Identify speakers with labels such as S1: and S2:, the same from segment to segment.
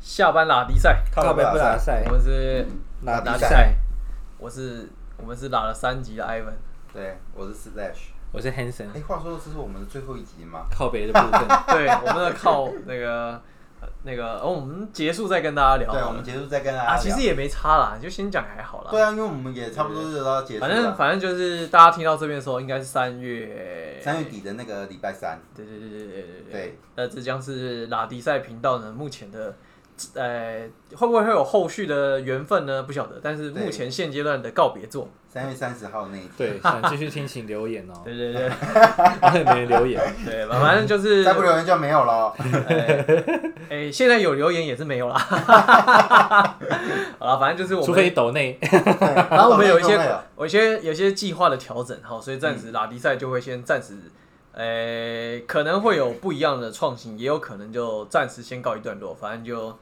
S1: 下班拉迪赛，
S2: 靠北不拉
S1: 我们是
S2: 拉迪
S1: 迪
S2: 赛，
S1: 我是我们是拉了三集的 Ivan，
S2: 对，我是 Slash。
S3: 我是 Hanson，
S2: 哎，话说这是我们的最后一集嘛？
S3: 靠北的部 分。
S1: 对，我们的靠那个呃那个，哦，我们结束再跟大家聊好
S2: 对，
S1: 了，
S2: 我们结束再跟大家
S1: 哦啊，其实
S2: 聊
S1: 也没差啦，就先讲还好啦，
S2: 对啊，因为啊我们也差不多就要结束
S1: 反正
S2: 了。
S1: 反正就是大家听到这边的时候，应该是三月
S2: 三月底的那个礼拜三，
S1: 对对对对对对
S2: 对。
S1: 那这将是拉迪赛频道呢目前的，呃，会不会会有后续的缘分呢？不晓得，但是目
S2: 对
S1: 前现阶段的告别作。
S2: 三月三十号那一天，
S3: 对，想继续听请留言哦，
S1: 对对对
S3: 然后也没人留言。
S1: 对，反正就是，
S2: 再不
S1: 哎
S2: 留言就没有了。哦
S1: 哎，现在有留言也是没有 啦。好了，反正就是我
S3: 除非
S1: 们，
S3: 抖内，
S2: 然
S1: 然后我们有一 些
S2: 对啊，
S1: 有一些有一些计划的调整，好，所以暂
S3: 嗯
S1: 时拉迪赛就会先暂时。呃，可能会有不一样的创新，也有可能就暂时先告一段落，反正就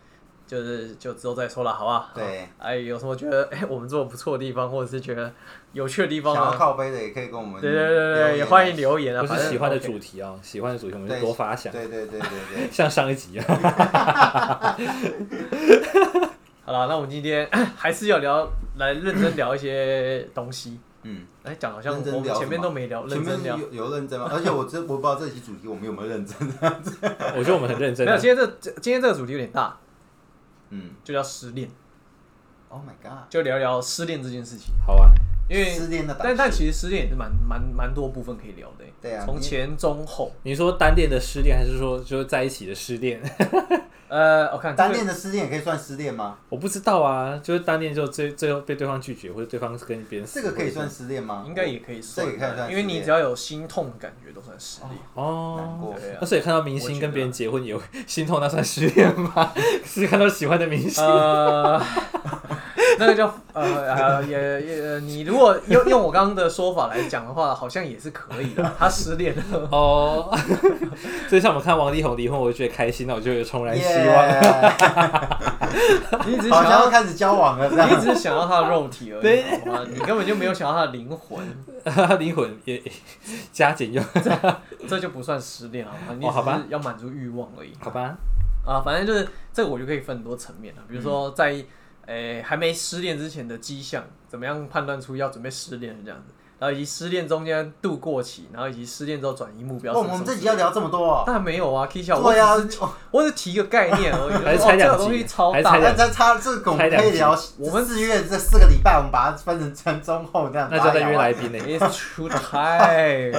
S1: 就是就之后再说了，好吧？
S2: 对，
S1: 哎，有什么觉得哎、 我们做的不错的地方，或者是觉得有趣的地方
S2: 想要
S1: 啊？
S2: 靠背的也可以跟我们
S1: 对对对
S2: 留
S1: 对，
S2: 言
S1: 也欢迎留言啊。
S3: 不
S1: 反
S3: 是
S1: 正
S3: 喜欢的
S1: OK
S3: 主题哦，喜欢的主题我们就
S2: 对
S3: 多发想，
S2: 对对对对对，
S3: 像上一集 啊。
S1: 好了，那我们今天 还是要聊，来认真聊一些东西。
S2: 嗯，
S1: 哎，讲好像
S2: 认真
S1: 我们
S2: 聊
S1: 前面
S2: 什么
S1: 都没聊，
S2: 前
S1: 认真
S2: 面
S1: 聊。
S2: 有有认真吗？而且我真我不知道这期主题我们有没有认真。
S3: 我觉得我们很认真
S1: 没有，
S3: 啊。
S1: 今天这这今天这个主题有点大，
S2: 嗯
S1: 就叫失恋，
S2: ，Oh my god，
S1: 就聊聊失恋这件事情。
S3: 好啊，
S1: 因为
S2: 失恋的
S1: 但
S2: 胆
S1: 但
S2: 识，
S1: 其实失恋也是蛮蛮蛮多部分可以聊的、欸
S2: 对啊
S1: 从
S2: 你
S1: 前中后，
S3: 你说单恋的失恋，还是说就是在一起的失恋？
S1: 呃，我看这
S2: 单
S1: 个
S2: 恋的失恋也可以算失恋吗？
S3: 我不知道啊，就是单恋就最最后被对方拒绝，或者对方是跟别人
S2: 这个可以算失恋吗？
S1: 应该也可以算
S2: 这个也可以算失
S1: 的，
S2: 恋
S1: 因为你只要有心痛的感觉都算失恋。
S2: 难
S3: 哦。
S2: 过。
S1: 对啊
S3: 那所以看到明
S1: 我
S3: 星
S1: 觉
S3: 跟
S1: 得
S3: 别人结婚也会心痛，那算失恋吗？ 是看到喜欢的明星，
S2: 哦
S1: 呃，那个叫呃呃也也，呃你如果用用我刚刚的说法来讲的话，好像也是可以的。他失恋了，
S3: 哦， 所以像我们看王力宏离婚，我就觉得开心，那我就有重燃希望。
S2: 耶，
S1: 你只
S2: 好
S1: 想
S2: 像要
S1: 要。
S2: 开始交往了，这
S1: 你
S2: 样
S1: 只是想要他的肉体而已，好吗？你根本就没有想要他的灵魂，
S3: 灵魂也也加减用，
S1: 这就不算失恋好吗？你
S3: 哦好吧
S1: 只是要满足欲望而已
S3: 好吧？
S1: 啊。反正就是这个，我就可以分很多层面了。比如说
S3: 嗯
S1: 在，诶还没失恋之前的迹象，怎么样判断出要准备失恋了这样子，然后以及失恋中间度过期，然后以及失恋之后转移目标。
S2: 哦哇，我
S1: 什么
S2: 们
S1: 什么
S2: 这集要
S1: 之类的
S2: 聊这么多，哦
S1: 当然没有啊，Kisha，我
S2: 对哦
S1: 只
S2: 呀，
S1: 是我只是提一个概念而已，
S3: 还是
S1: 就是哦
S3: 拆
S1: 这个
S3: 两集
S1: 东西超
S3: 还是拆
S1: 大。
S3: 两
S2: 那这差这个我们可以聊，
S1: 我们
S2: 四月这四个礼拜，我们把它分成前中后这样。
S3: 那就要再约
S2: 把它
S3: 来
S2: 聊完。
S3: 宾呢。
S1: It's too tired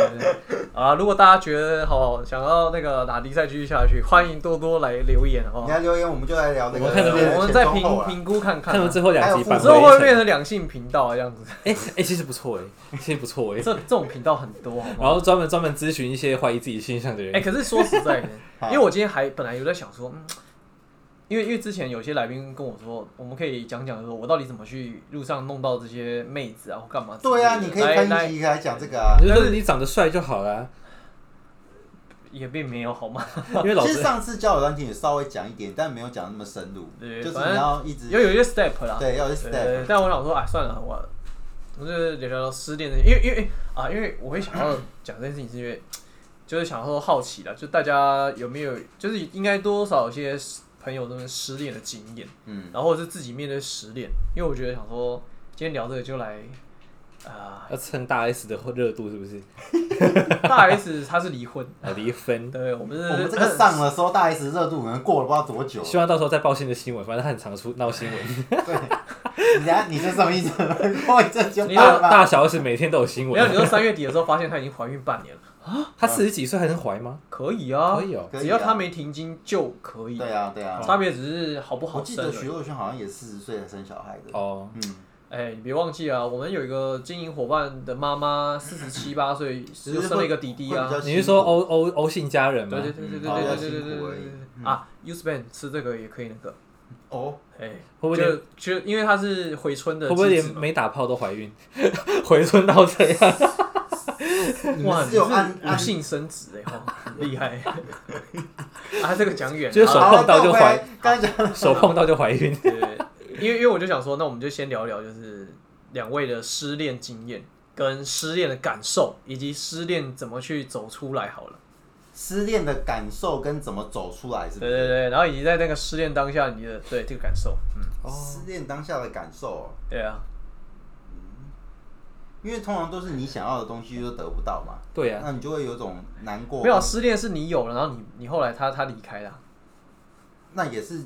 S1: 啊！如果大家觉得好想要那个打比赛继续下去，欢迎多多来留言哦
S2: 你。要留言，我们就来聊那
S3: 我
S2: 个
S3: 们看
S2: 失
S3: 着
S2: 恋
S1: 我
S2: 的
S1: 们
S2: 前
S1: 再
S2: 中
S1: 评
S2: 后啦。
S1: 评估看看
S3: 看
S1: 啊，
S3: 到最后两
S2: 还
S3: 集返
S2: 有
S1: 之
S3: 回
S1: 后会
S3: 一
S1: 变
S3: 层，
S1: 成两性频道的样子。
S3: 哎哎，其实不错哎，其实不错哎。
S1: 这这种频道很多，好吗？
S3: 然后专门专门咨询一些怀疑自己性向的
S1: 哎，
S3: 人，
S1: 可是说实在的，
S2: 好
S1: 因为我今天还本来有在想说，嗯，因为因为之前有些来宾跟我说，我们可以讲讲说我到底怎么去路上弄到这些妹子啊，或干嘛之类的。
S2: 对啊，你可以
S1: 来来
S2: 分一集来讲这个啊。
S3: 就是你长得帅就好啦。
S1: 也并没有好吗？
S3: 因为老
S2: 其实
S3: 师
S2: 上次交友软体也稍微讲一点，但没有讲那么深入，
S1: 对
S2: 就是
S1: 反正
S2: 你要一直
S1: 有有一些 step 啦，
S2: 对要有 step，
S1: 但我想说，哎，算了，我我就是聊聊失恋的，因为因为啊，因为我会想要讲这件事情，是因为就是想说好奇了，就大家有没有，就是应该多少有些朋友都是失恋的经验，
S2: 嗯，
S1: 然后或者是自己面对失恋，因为我觉得想说今天聊这个就来。啊、
S3: 要蹭大 S 的热度是不是？
S1: 大 S 她是离 婚，
S3: 啊，离婚。
S1: 对我们是呃
S2: 我们这个上的时候，大 S 热度可能过了不知道多久了。
S3: 希望到时候再报新的新闻，反正他很常出闹新 闻。
S2: 你等下你是什么意思？过一阵就
S1: 你
S2: 罢
S3: 大
S2: 了吧。
S3: 大小 S 每天都有新
S1: 没有，你
S3: 闻。
S1: 说三月底的时候发现她已经怀孕半年了，
S3: 她四十几岁还能怀吗？
S1: 可以啊，
S3: 可以哦
S2: 可以啊
S1: 只要她没停经就可以，
S2: 对啊，对啊。
S1: 差别只是好不
S2: 我
S1: 好
S2: 记
S1: 生
S2: 得
S1: 而
S2: 徐
S1: 已。
S2: 若瑄好像也四十岁才生小孩的。
S3: 哦，
S2: 嗯，
S1: 哎、你别忘记啊，我们有一个经营伙伴的妈妈，四十七八岁，
S2: 是
S1: 就生了一个弟弟啊
S2: 会。比较
S3: 你是说
S2: 辛苦
S3: 欧欧欧姓家人吗
S1: 对？对对对对对
S2: 嗯
S1: 对对对
S2: 比较
S1: 对
S2: 辛苦而
S1: 对
S2: 已嗯
S1: 对啊！Uspan 吃这个也可以那个，
S2: 哦？
S1: 哎、
S3: 会不会
S1: 就就因为他是回春的
S3: 会
S1: 机
S3: 不
S1: 制
S3: 会
S1: 嘛，
S3: 连没打炮都怀孕， 回春到这样？
S2: 你
S1: 哇，你
S2: 们嗯是
S1: 是
S2: 有按
S1: 无
S2: 按
S1: 性生殖哎、吼，厉害！ 啊，这个讲远
S3: 就是
S1: 了
S3: 手
S1: 啊。
S3: 碰到就怀。
S2: 好刚才讲
S3: 手碰到就怀孕。
S1: 对，因为因为我就想说，那我们就先聊聊，就是两位的失恋经验、跟失恋的感受，以及失恋怎么去走出来好了。
S2: 失恋的感受跟怎么走出来，是不
S1: 对
S2: 是？
S1: 对对，然后以及在那个失恋当下，你的对这个感受，嗯，
S3: 哦
S2: 失恋当下的感受、哦，
S1: 对啊，
S2: 因为通常都是你想要的东西都得不到嘛，
S3: 对啊呀、
S2: 那你就会有一种难过。
S1: 啊没有啊失恋是你有了，然后你你后来他他离开啊了，
S2: 那也是，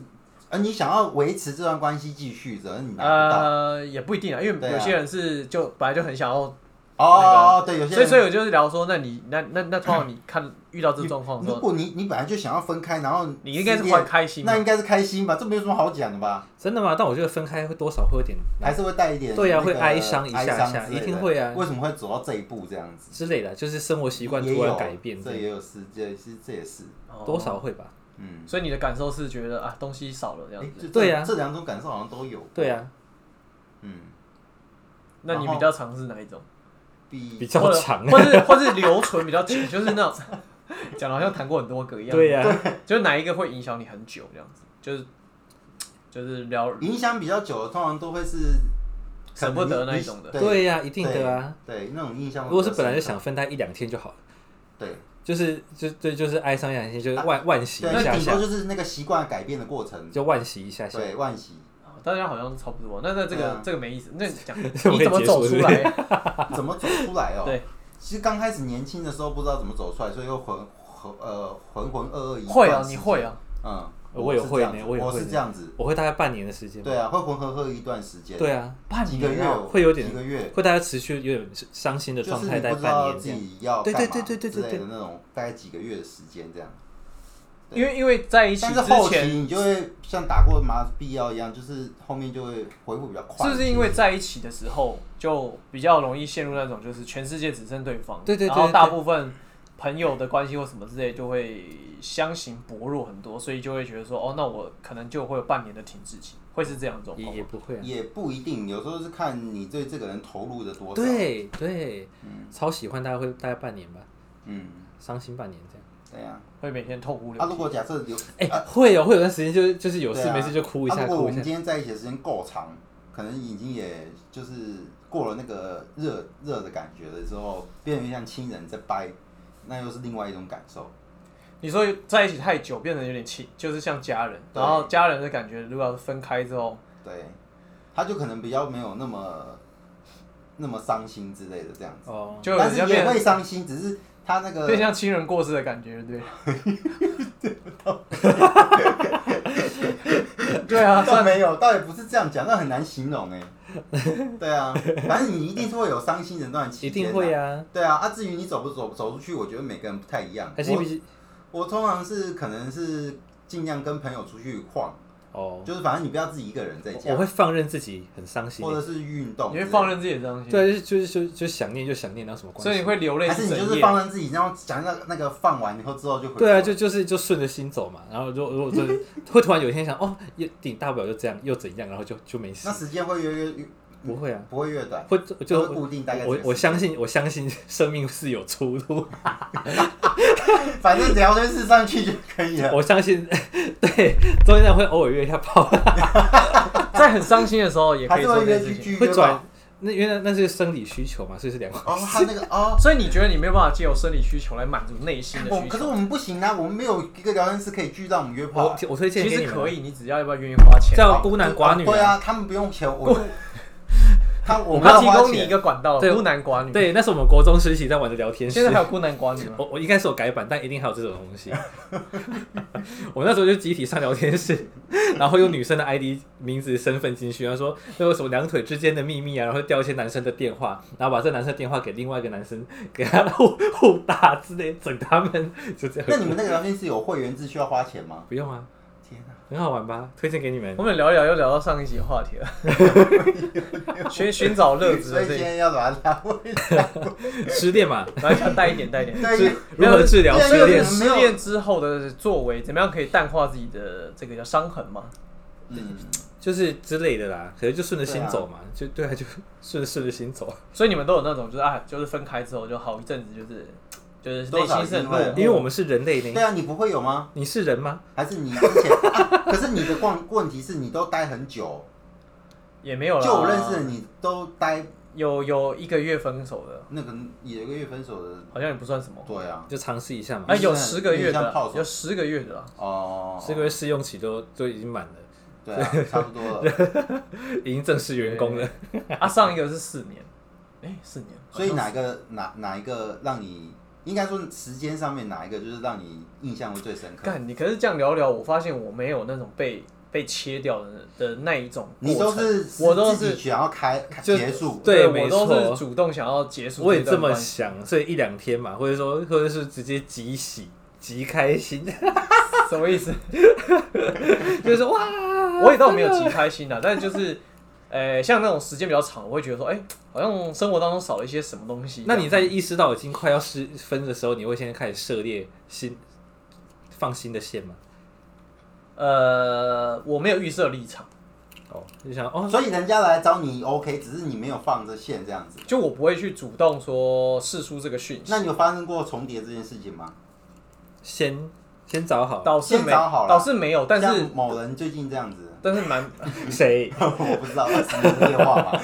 S2: 而你想要维持这段关系继续着，你拿不到。
S1: 呃，也不一定啊，因为
S2: 对啊
S1: 有些人是就本来就很想要，
S2: 哦，对，有些
S1: 所以
S2: 人
S1: 所以我就是聊说，那你那那那通常你看遇到这状况的时
S2: 如
S1: 候，
S2: 果你你本来就想要分开，然后
S1: 你应该是
S2: 失恋
S1: 会开心吧
S2: 那应该是开心吧？这没有什么好讲的吧？
S3: 真的吗？但我觉得分开会多少会有点
S2: 还是会带一点
S3: 对呀
S2: 那个
S3: 会哀伤一下
S2: 哀伤
S3: 下
S2: 之类的
S3: 一定会啊
S2: 为什么会走到这一步这样子？
S3: 之类的，就是生活习惯
S2: 也
S3: 突然
S2: 有
S3: 改变，
S2: 哦这也有是这是这也是
S1: 哦
S3: 多少会吧？
S2: 嗯，
S1: 所以你的感受是觉得啊，东西少了这样
S2: 诶
S1: 子。
S2: 这
S3: 对呀啊
S2: 这两种感受好像都有，
S3: 对啊，
S2: 嗯，
S1: 那你
S2: 然后
S1: 比较常是哪一种？
S2: 比
S3: 比较
S1: 或者
S3: 长，
S1: 或是或是留存比较久，就是那种讲的好像谈过很多个一样。
S3: 对啊呀、
S1: 就是哪一个会影响你很久这样子？就是就是聊
S2: 影响比较久的，通常都会是
S1: 舍不得那一种的
S2: 可能你
S3: 对呀、一定的啊。
S2: 你对对那种印象。
S3: 如果是本来就，想分开一两天就好了，
S2: 对
S3: 就是就对，就是哀伤一两天，就是万万喜一
S2: 啊对，那
S3: 下
S2: 顶多
S3: 下，
S2: 就是那个习惯改变的过程，
S3: 就万喜一下下。
S2: 对，万喜。
S1: 啊大家好像差不多。那那这
S2: 对
S1: 个
S2: 啊
S1: 这个没意思。 那讲
S3: 我
S1: 你
S3: 们可以
S1: 怎么
S3: 结束
S1: 走出来？
S2: 怎么走出来哦？
S1: 对，
S2: 其实刚开始年轻的时候不知道怎么走出来，所以又浑浑呃浑浑噩噩一
S1: 会
S2: 段
S3: 哦
S1: 啊，
S2: 时
S1: 你
S2: 间
S1: 会啊。
S2: 嗯，
S3: 呃我也
S2: 是
S3: 会
S2: 这样
S3: 呢
S2: 子
S3: 我也会
S2: 是
S3: 呢
S2: 这样子，
S3: 我会大概半年的时间吧。
S2: 对啊，会浑浑噩噩一段时间，
S3: 对啊，
S1: 半
S2: 几
S1: 年
S2: 个月
S1: 啊
S2: 哦
S3: 会有点
S2: 几个月，
S3: 会大概持续有点伤心的
S2: 就
S3: 状
S2: 是
S3: 态，
S2: 你
S3: 在
S2: 不知
S3: 半
S2: 道
S3: 年这
S2: 自
S3: 样。
S2: 己要
S3: 对
S2: 干
S3: 对
S2: 嘛
S3: 对对对
S2: 之
S3: 对
S2: 类的
S3: 对
S2: 那种，大概几个月的时间这样。
S1: 因为因为在一起
S2: 但是
S1: 之
S2: 后期
S1: 前，
S2: 你就会像打过麻痹药一样，就是后面就会恢复比较快。
S1: 是不是因为在一起的时候就比较容易陷入那种就是全世界只剩对方，
S3: 对对对
S1: 然后
S3: 对
S1: 大部分朋友的关系或什么之类就会相形薄弱很多，所以就会觉得说哦，那我可能就会有半年的停滞期，会是这样的状
S3: 也
S1: 况
S3: 也不会啊。
S2: 也不一定，有时候是看你对这个人投入的多少。，
S3: 对对，超喜欢大概会大概半年吧，
S2: 嗯，
S3: 伤心半年这样。
S2: 对呀、
S1: 会每天痛哭
S2: 啊
S1: 流。
S2: 如果假设有
S3: 哎、会有会有段时间就是就是有
S2: 啊对
S3: 事
S2: 啊
S3: 没事就哭一
S2: 啊
S3: 下、
S2: 如果
S3: 哭
S2: 我
S3: 一
S2: 们
S3: 下。
S2: 今天在一起的时间够长，可能已经也就是过了那个热热的感觉了之后，变成像亲人在掰，那又是另外一种感受。
S1: 你说在一起太久，变得有点亲，就是像家人，
S2: 对
S1: 然后家人的感觉，如果要分开之后，
S2: 对，他就可能比较没有那么那么伤心之类的这样子，
S3: 哦，
S1: 就有
S2: 但
S1: 人
S2: 是
S1: 家
S2: 也
S1: 变
S2: 会伤心，只是他那
S1: 变
S2: 个
S1: 像亲人过世的感觉，对不对？对 啊，
S2: 倒
S1: 算
S2: 没有，倒也不是这样讲，那很难形容 哎、对啊，反正你一定是会有伤心的那段期
S3: 一
S2: 间、
S3: 定会
S2: 啊。
S3: 啊。
S2: 对啊，啊，至于你走不走走出去，我觉得每个人不太一样。
S3: 还是
S2: 我
S3: 你比
S2: 我通常是可能是尽量跟朋友出去晃，
S3: 哦，
S2: 就是反正你不要自己一个人在
S3: 我
S2: 家，
S3: 会放任自己很伤心
S2: 或。者是运动，
S1: 你会放，任自己的伤心，
S3: 对，啊就是就是就就想念就想念，然后什么关系？
S1: 所以你会流泪
S2: 还是你
S1: 整
S2: 就是
S1: 夜
S2: 放任自己，然后讲那那个放完以后之后就回去
S3: 对啊，就就是就顺着心走嘛。然后如果如果真的会突然有一天想，哦，也顶大不了就这样，又怎样？然后就就没事
S2: 那。时间会越越越
S3: 不会啊，
S2: 不会越短，
S3: 会
S2: 就
S3: 就
S2: 会固定大概这个时间
S3: 我我相信我相信生命是有出路，
S2: 反正只要认识上去就可以 了。
S3: 我相信对，中间会偶尔约一下炮，
S1: 在很伤心的时候也可
S2: 还
S1: 以
S2: 是
S1: 做
S2: 会
S1: 这件事
S2: 约去
S1: 情。
S2: 聚
S3: 会
S2: 约
S3: 转
S2: 吧。
S3: 那因为那是生理需求嘛，所以是两
S1: 啊
S3: 个。
S2: 哦，他那个 哦，
S1: 所以你觉得你没有办法借由生理需求来满足内心的
S2: 我
S1: 需
S2: 可是
S1: 求？
S2: 我们不行啊，我们没有一个聊天室可以去让我们约炮
S3: 我
S2: 啊。
S3: 我推荐
S1: 其
S3: 给你
S1: 实
S3: 们
S1: 可，以，你只要要不要愿意花钱
S3: 这。样
S2: 哦
S3: 孤男寡女啊
S2: 哦对啊，他们不用钱，我他我
S1: 我
S2: 们
S1: 们
S2: 要
S1: 提
S2: 花
S1: 供你一
S2: 钱。
S1: 个管道，
S3: 对
S1: 孤男寡女。，
S3: 对，那是我们国中时期在玩的聊天室
S1: 现在。还有孤男寡女吗？
S3: 我我应该是有改版，但一定还有这种东西。 我那时候就集体上聊天室， 然后用女生的 ID 名字身份进去，然后说那有什么两腿之间的秘密啊，然后调一些男生的电话，然后把这男生的电话给另外一个男生，给他互互打之类，整他们就 这样。
S2: 那你们那个聊天室有会员制需要花钱吗？
S3: 不用啊，
S2: 天啊，
S3: 很好玩吧？推荐给你们
S1: 我。们聊一聊又聊到上一集的话题了， 寻寻找乐子
S2: 所
S1: 的
S2: 以
S1: 这
S2: 今
S1: 一，
S2: 天要把它拉回来。
S3: 失恋嘛，
S1: 来想带一点，带一点。
S2: 对，
S3: 如何治 疗
S2: 对
S3: 失
S1: 失
S2: 对
S3: 恋
S1: 恋，
S2: 对？
S1: 失恋之后的作为，怎么样可以淡化自己的这个叫伤痕嘛？
S2: 嗯，
S3: 就是之类的啦，可能就顺着心走嘛，就对啊，就顺顺着心走。
S1: 所以你们都有那种，就是啊，就是分开之后就好一阵子，就是就是内
S2: 多少
S1: 心是很
S2: 意
S1: 落
S2: 外
S1: 寞
S2: 啊
S3: 哦因为我们是人类
S2: 对
S3: 呢，
S2: 啊，你不会有吗？
S3: 你是人吗？
S2: 还是你之前？ 啊可是你的问问题是你都待很久，
S1: 也没有啦。
S2: 就我认识的你都待
S1: 有有一个月分手的，
S2: 那个有一个月分手的，
S1: 好像也不算什么。
S2: 对啊，
S3: 就尝试一下嘛。
S1: 哎，
S2: 你是
S1: 有
S2: 很
S1: 十个月
S2: 你像
S1: 的
S2: 炮
S1: 啊，
S2: 手
S1: 有十个月的啦。
S2: 哦，
S3: 这个月试用期都都已经满了，
S2: 对啊，差不 多了。
S3: 已经正式员工了。
S1: 啊，上一个是四年，哎，四年。
S2: 所以
S1: 好像
S2: 哪个哪哪一个让你，应该说时间上面哪一个就是让你印象会最深刻？
S1: 干你？可是这样聊聊，我发现我没有那种被被切掉的的那一种过程。
S2: 你都是
S1: 我都
S2: 自
S1: 是
S2: 己想要开开
S3: 就
S2: 结束，
S3: 对没
S1: 我都
S3: 错
S1: 是主动想要结束。
S3: 我也这么，想，所以一两天嘛，或者说或者是直接极喜极开心，
S1: 什么意 思？
S3: 就是说哇，
S1: 我也倒没有极开心啦，啊但是就是，呃，像那种时间比较长，我会觉得说，哎、好像生活当中少了一些什么东西。
S3: 那你在意识到已经快要失分的时候，你会先开始涉猎新放新的线吗？
S1: 呃，我没有预设立场，
S3: 哦，就想哦，
S2: 所以人家来找你 OK，只是你没有放这线这样子。
S1: 就我不会去主动说试出这个讯息。
S2: 那你有发生过重叠这件事情吗？
S3: 先先找好
S1: 倒是
S2: 先
S1: 没，
S2: 找好了
S1: 倒是没有，但是
S2: 像某人最近这样子，
S1: 但是蛮，
S3: 谁，
S2: 我不知道是你的电话嘛？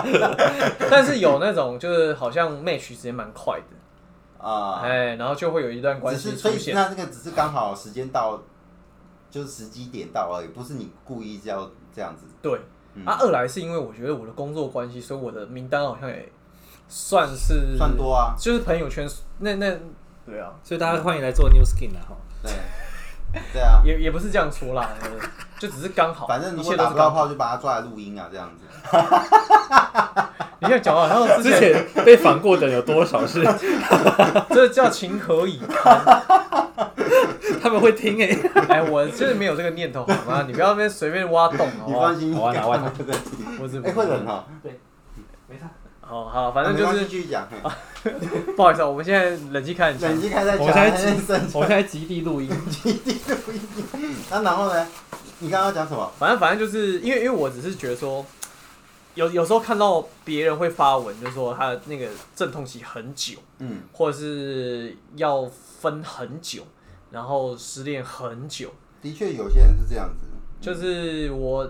S1: 但是有那种就是好像 match 时间蛮快的，
S2: 啊、
S1: 哎、然后就会有一段关
S2: 只
S1: 系
S2: 是
S1: 出
S2: 所以
S1: 现。
S2: 那这个只是刚好时间到，就是时机点到而已，不是你故意要这样子。
S1: 对，
S2: 嗯
S1: 啊，二来是因为我觉得我的工作关系，所以我的名单好像也算是
S2: 算多啊，
S1: 就是朋友圈那那对啊，
S3: 所以大家欢迎来做 New Skin 啊！哈，
S2: 对，对啊，
S1: 也也不是这样说啦，呃就只是刚好，
S2: 反正
S1: 一
S2: 如
S1: 切
S2: 果
S1: 都
S2: 打
S1: 是
S2: 不到
S1: 刚好。
S2: 炮，就把他抓来录音啊，这样子。
S1: 你看讲话，然后之
S3: 之
S1: 前
S3: 前被访过的人有多少是？
S1: 这叫情何以堪？
S3: 他们会听哎、
S1: 哎，我就是没有这个念头，好 吗？你不要在那边随便挖洞，好
S2: 你
S1: 吗
S2: 放？心，
S3: 好啊拿外套
S2: 对，
S1: 我只
S2: 哎，会冷哦。
S3: 没他，
S1: 好哦好，反正就
S2: 啊没关系
S1: 是
S2: 继 续讲，嘿
S1: 不好意思，啊，我们现在冷静看一下。
S2: 冷静开再
S3: 我
S2: 讲。
S3: 们现在
S2: 还
S3: 极
S2: 在生
S3: 我们现在极地录音，
S2: 那然后呢？你刚刚讲什么？
S1: 反正反正就是因为因为我只是觉得说，有有时候看到别人会发文，就是说他那个阵痛期很久。
S2: 嗯，
S1: 或者是要分很久，然后失恋很久，
S2: 的确有些人是这样子，
S1: 就是我，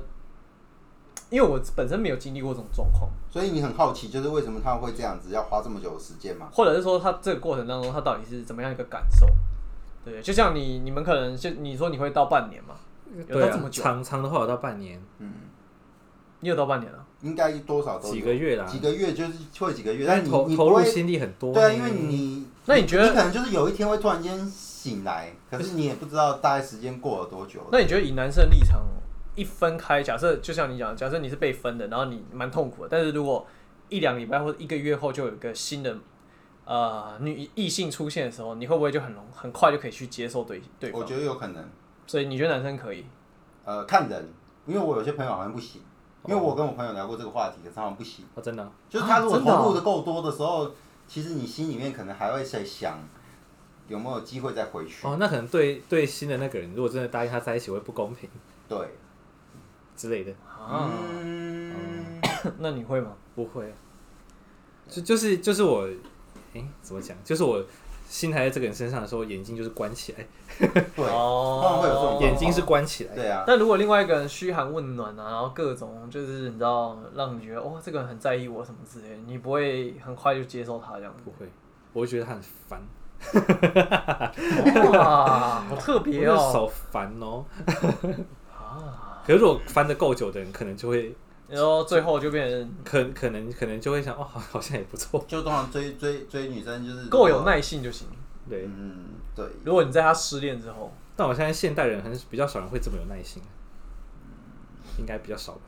S1: 因为我本身没有经历过这种状况，
S2: 所以你很好奇，就是为什么他会这样子，要花这么久的时间嘛？
S1: 或者是说他这个过程当中他到底是怎么样一个感受？对，就像你你们可能就你说你会到半年嘛，有
S3: 对
S1: 到
S3: 啊
S1: 这么，久，
S3: 长长的话有到半年，
S1: 你有到半年了、
S2: 应该多少都有
S3: 嗯几个月啦啊
S2: 几个月就是会几个月，但你
S3: 投
S2: 你
S3: 投
S2: 不
S3: 入
S2: 会
S3: 心力很多呢。欸
S2: 对啊，因为你
S1: 那你觉得
S2: 你可能就是有一天会突然间醒来，可是你也不知道大概时间过了多久。
S1: 那你觉得以男生的立场，一分开，假设就像你讲，假设你是被分的，然后你蛮痛苦的，但是如果一两礼拜或者一个月后就有一个新的呃女异性出现的时候，你会不会就很容很快就可以去接受对对
S2: 我
S1: 方？
S2: 觉得有可能，
S1: 所以你觉得男生可以？
S2: 呃，看人，因为我有些朋友好像不行，因为我跟我朋友聊过这个话题，可是他们不行，
S3: 哦，真哦的啊
S2: 就是他如果
S1: 啊真的哦
S2: 投入的够多的时候，其实你心里面可能还会在想有没有机会再回去。
S3: 哦，那可能对对新的那个人，如果真的答应他在一起，会不公平
S2: 对，
S3: 之类的。
S1: 啊，
S2: 嗯，
S1: 那你会吗？
S3: 不会啊，就就是就是我，哎，怎么讲？就是我心还在这个人身上的时候，眼睛就是关起来，
S2: 对，啊
S1: 哦
S2: 通常会有这种
S3: 眼睛是关起来。
S2: 对啊，
S1: 但如果另外一个人嘘寒问暖啊，然后各种就是你知道，让你觉得哇、这个人很在意我什么之类的，你不会很快就接受他这样子
S3: 不会，我会觉得他很烦，
S1: 哇，好特别
S3: 我那
S1: 哦！
S3: 手烦哦。
S1: 啊，
S3: 可是如果翻的够久的人，可能就会，
S1: 然后最后就变成
S3: 可可能可能就会想，哦，好好像也不错。
S2: 就通常追追追女生就是
S1: 够有，耐性就行。
S3: 对，
S2: 嗯，对，
S1: 如果你在他失恋之后，
S3: 但我现在现代人很比较少人会这么有耐心，应该比较少吧。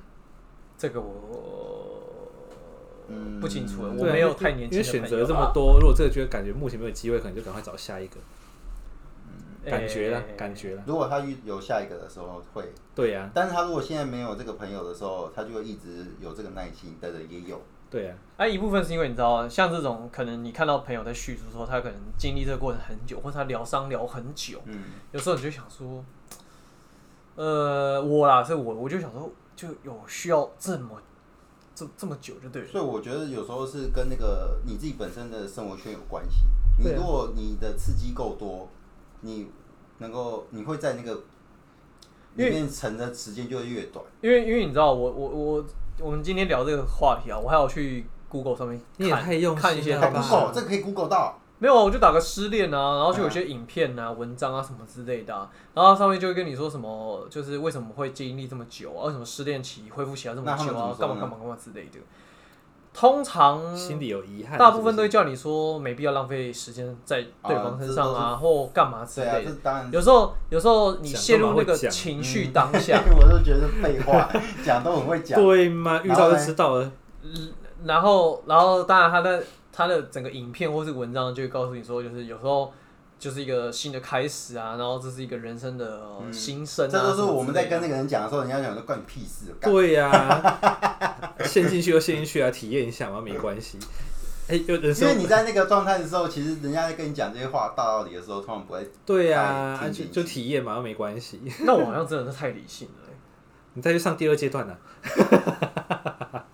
S1: 这个我
S2: 嗯
S1: 不清楚了，我
S3: 对啊
S1: 没有
S3: 因为
S1: 太年
S3: 因
S1: 轻的
S3: 为选
S1: 朋
S3: 择
S1: 友
S3: 这么多，如果这个觉得感觉目前没有机会，可能就赶快找下一个。感觉啦，
S1: 哎
S3: 感觉啦，
S2: 如果他遇有下一个的时候会，
S3: 对呀、
S2: 但是他如果现在没有这个朋友的时候，他就会一直有这个耐心的人也有，
S3: 对呀、
S1: 啊，一部分是因为你知道，像这种可能你看到朋友在叙述说他可能经历这个过程很久，或者他疗伤疗很久，
S2: 嗯，
S1: 有时候你就想说，呃，我啦是我，我就想说，就有需要这么这这么久就对了。
S2: 所以我觉得有时候是跟那个你自己本身的生活圈有关系。你
S3: 对啊
S2: 如果你的刺激够多，你能够你会在那个
S1: 因
S2: 里
S1: 为
S2: 面沉的时间就会越短。
S1: 因为因为你知道我我我我们今天聊这个话题啊，我还有去 Google 上面
S3: 你也
S1: 看
S3: 太用心
S1: 看一些
S3: 了
S2: 还
S3: 吧
S1: 东西
S2: 哎 Google 这个可以 Google 到，
S1: 没有啊，我就打个失恋啊，然后就有些影片啊、文章啊什么之类的啊、然后上面就会跟你说什么，就是为什么会经历这么久啊，为什么失恋期恢复期要这么
S2: 那他们
S1: 久啊，
S2: 怎
S1: 干嘛
S2: 么说呢
S1: 干嘛干嘛之类的。通常
S3: 心里有遗
S1: 嗯
S3: 憾，
S1: 大部分都
S3: 是
S1: 会叫你说没必要浪费时间在对方身上啊，
S2: 啊
S1: 或干嘛之
S2: 对啊，
S1: 类的。
S2: 这当然。
S1: 有时候，有时候你
S3: 讲
S1: 陷入
S3: 干嘛
S1: 那
S3: 会
S1: 个
S3: 讲
S1: 情绪当下，
S2: 我都觉得是废话，讲都很会
S3: 不是
S2: 讲。
S3: 对吗？遇到就知道了，
S1: 然后，然后，当然他的他的整个影片或是文章就会告诉你说，就是有时候就是一个新的开始啊，然后这是一个人生的呃
S2: 嗯
S1: 新生啊。
S2: 这都是我们在
S1: 什么之类
S2: 跟
S1: 的
S2: 那个人讲的时候，人家讲说关你屁事，哦
S1: 哎
S2: 干
S3: 对呀、陷进去就陷进去啊，体验一下嘛，没关系。哎、有人
S2: 因为
S3: 生
S2: 你在那个状态的时候，其实人家在跟你讲这些话大道理的时候，通常不会。
S3: 对呀、
S2: 哎
S3: 啊，
S2: 听
S3: 就
S2: 进去
S3: 就体验嘛，没关系。
S1: 那我好像真的是太理性了欸、
S3: 你再去上第二阶段呢、啊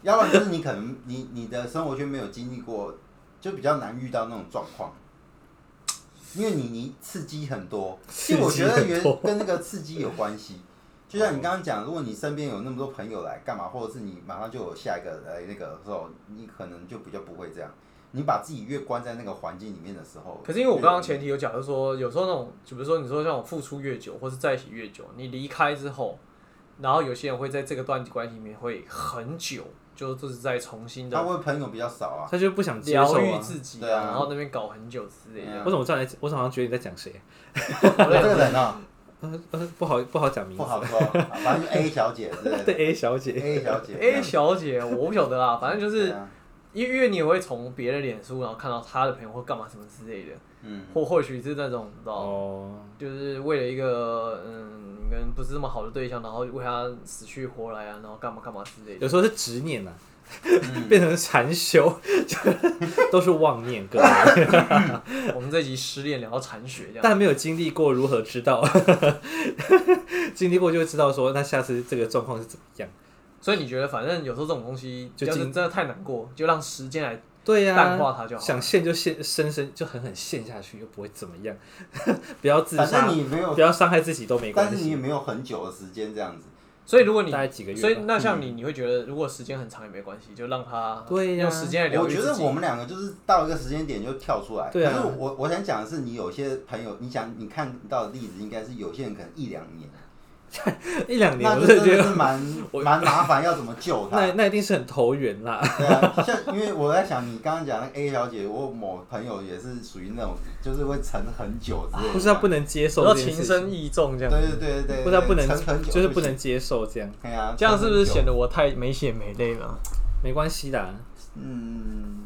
S2: 要不然就是你可能你你的生活圈没有经历过，就比较难遇到那种状况。因为你你刺激很多，其实我觉得
S3: 刺激
S2: 原
S3: 很多
S2: 跟那个刺激有关系。就
S1: 哦
S2: 像你刚刚讲，如果你身边有那么多朋友来干嘛，或者是你马上就有下一个来那个的时候，你可能就比较不会这样。你把自己越关在那个环境里面的时候，
S1: 可是因为我刚刚前
S2: 越
S1: 提有讲，就是说有时候那种，就比如说你说像我付出越久，或是在一起越久，你离开之后，然后有些人会在这个段关系里面会很久，就就是在重新
S2: 他
S1: 的
S2: 会朋友比较少 啊。
S3: 他就不想接受
S1: 疗愈
S3: 啊。
S1: 自己啊
S2: 对啊
S1: 然后那边搞很久之类的。
S3: 我怎么突然来？我好像觉得你在讲谁？
S2: 这个人啊，
S3: 呃呃，不好不好讲名
S2: 不
S3: 字。
S2: 好说，啊反正就 A 小姐之类的
S3: 对 A 小姐，
S2: ，A 小姐
S1: A 哎小姐，我不晓得啦，反正就。
S2: 就是
S3: 啊
S1: 因为因为你也会从别的脸书，然后看到他的朋友或干嘛什么之类的，
S2: 嗯，
S1: 或或许是那种你知道，
S3: 哦，
S1: 就是为了一个嗯可能不是这么好的对象，然后为他死去活来啊，然后干嘛干嘛之类的。
S3: 有时候是执念呐、 变成禅修， 就都是妄念，各位。
S1: 我们这集失恋聊到残血这样，
S3: 但没有经历过，如何知道？ 经历过就会知道说，那下次这个状况是怎么样？
S1: 所以你觉得反正有时候这种东西，
S3: 就
S1: 要是
S3: 经
S1: 真的太难过，就让时间来
S3: 对呀、
S1: 淡化它就好了
S3: 想陷就陷，深深就狠狠陷下去，又不会怎么样。 不要自
S2: 反
S3: 杀
S2: 正，你没有
S3: 不，要伤害自己都没
S2: 但
S3: 关
S2: 是你也
S3: 系。
S2: 没有很久的时间这样子，
S1: 所以如果你
S3: 大概几个月吧嗯
S1: 所以那像你，你会觉得如果时间很长也没关系，就让他
S3: 对呀
S1: 用时间来疗
S2: 我
S1: 愈
S2: 觉
S1: 自
S2: 得
S1: 己。
S2: 我们两个就是到一个时间点就跳出来。
S3: 对啊
S2: 可是我我想讲的是，你有些朋友，你想你看到的例子，应该是有些人可能一两年，
S3: 一两年，
S2: 那
S3: 我
S2: 就
S3: 真的
S2: 真
S3: 觉
S2: 的
S3: 得
S2: 是蛮蛮麻烦，要怎么救他
S3: 那？那一定是很投缘啦。
S2: 对啊，像因为我在想，你刚刚讲那个 A 小姐，我某朋友也是属于那种，就是会沉很久之类的。
S3: 啊不是他不能接受
S1: 然后
S3: 这件
S1: 情
S3: 事
S1: 深
S3: 情，
S1: 意重这
S2: 对
S1: 样，
S2: 对对对，
S3: 不是他不能
S2: 沉很，久
S3: 就是不
S2: 行
S3: 能。接受这样，
S2: 哎呀，
S1: 这样是不是
S2: 沉很久
S1: 显得我太没血没泪 了？
S3: 没关系啦。
S2: 嗯，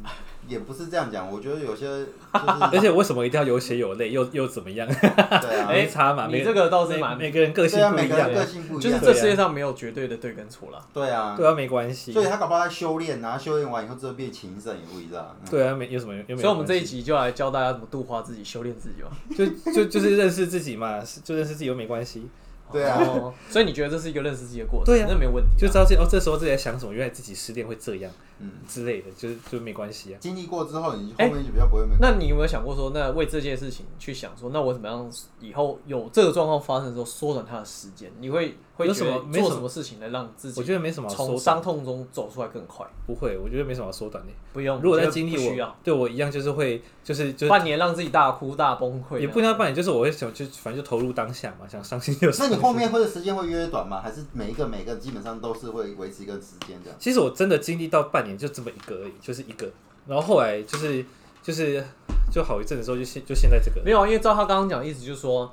S2: 也不是这样讲，我觉得有些就
S3: 而且为什么一定要有血有泪，又又怎么样？
S2: 是对啊，
S1: 哎
S3: 没差嘛，
S1: 你
S3: 每
S1: 这个倒是
S3: 每
S1: 蛮
S3: 每个人个性
S2: 对啊，
S3: 不
S2: 每
S3: 一
S2: 个
S3: 样
S2: 人，个性不一
S1: 就是
S3: 啊
S2: 样，
S1: 这世界上没有绝对的对跟错啦。
S2: 对啊，
S3: 对啊，没关系
S2: 所。以他搞不好在修炼，然后修炼完以后之后变情圣也不一样。嗯
S3: 对啊，没有什么，又没有
S1: 所以，我们这一
S3: 关系
S1: 集就来教大家怎么度化自己、修炼自己吧。
S3: 就就就是认识自己嘛，是就认识自己又没关系，
S2: 对啊
S1: 哦，所以你觉得这是一个认识自己的过程？
S3: 对啊
S1: 那没有问题啊。
S3: 就知道自己哦，这时候自己在想什么，原来自己失恋会这样
S2: 嗯，
S3: 之类的，就是就没关系啊。
S2: 经历过之后，你后面就比较不会没。
S1: 那你有没有想过说，那为这件事情去想说，那我怎么样以后有这个状况发生的时候缩短它的时间？你会会
S3: 有
S1: 觉
S3: 什
S1: 得
S3: 么没
S1: 做
S3: 什
S1: 什么事情来让自
S3: 我
S1: 己
S3: 觉得没什么好
S1: 从
S3: 缩
S1: 伤
S3: 短，
S1: 痛中走出来更快？
S3: 不会，我觉得没什么好缩短的。
S1: 不用，
S3: 如果在
S1: 我觉得
S3: 经历
S1: 不需要
S3: 我，对我一样就是会，就是就是
S1: 半年让自己大哭大崩
S2: 啊
S1: 溃，啊
S3: 也不一定要扮演，就是我会想就反正就投入当下嘛，想伤心就伤
S2: 那
S3: 心。
S2: 你后面会的时间会越来越短吗？还是每一个每一个基本上都是会维持一个时间的？
S3: 其实我真的经历到半年就这么一个而已，就是一个。然后后来就是就是就好一阵的时候就现就现在这个。
S1: 没有啊，因为照他刚刚讲的意思，就是说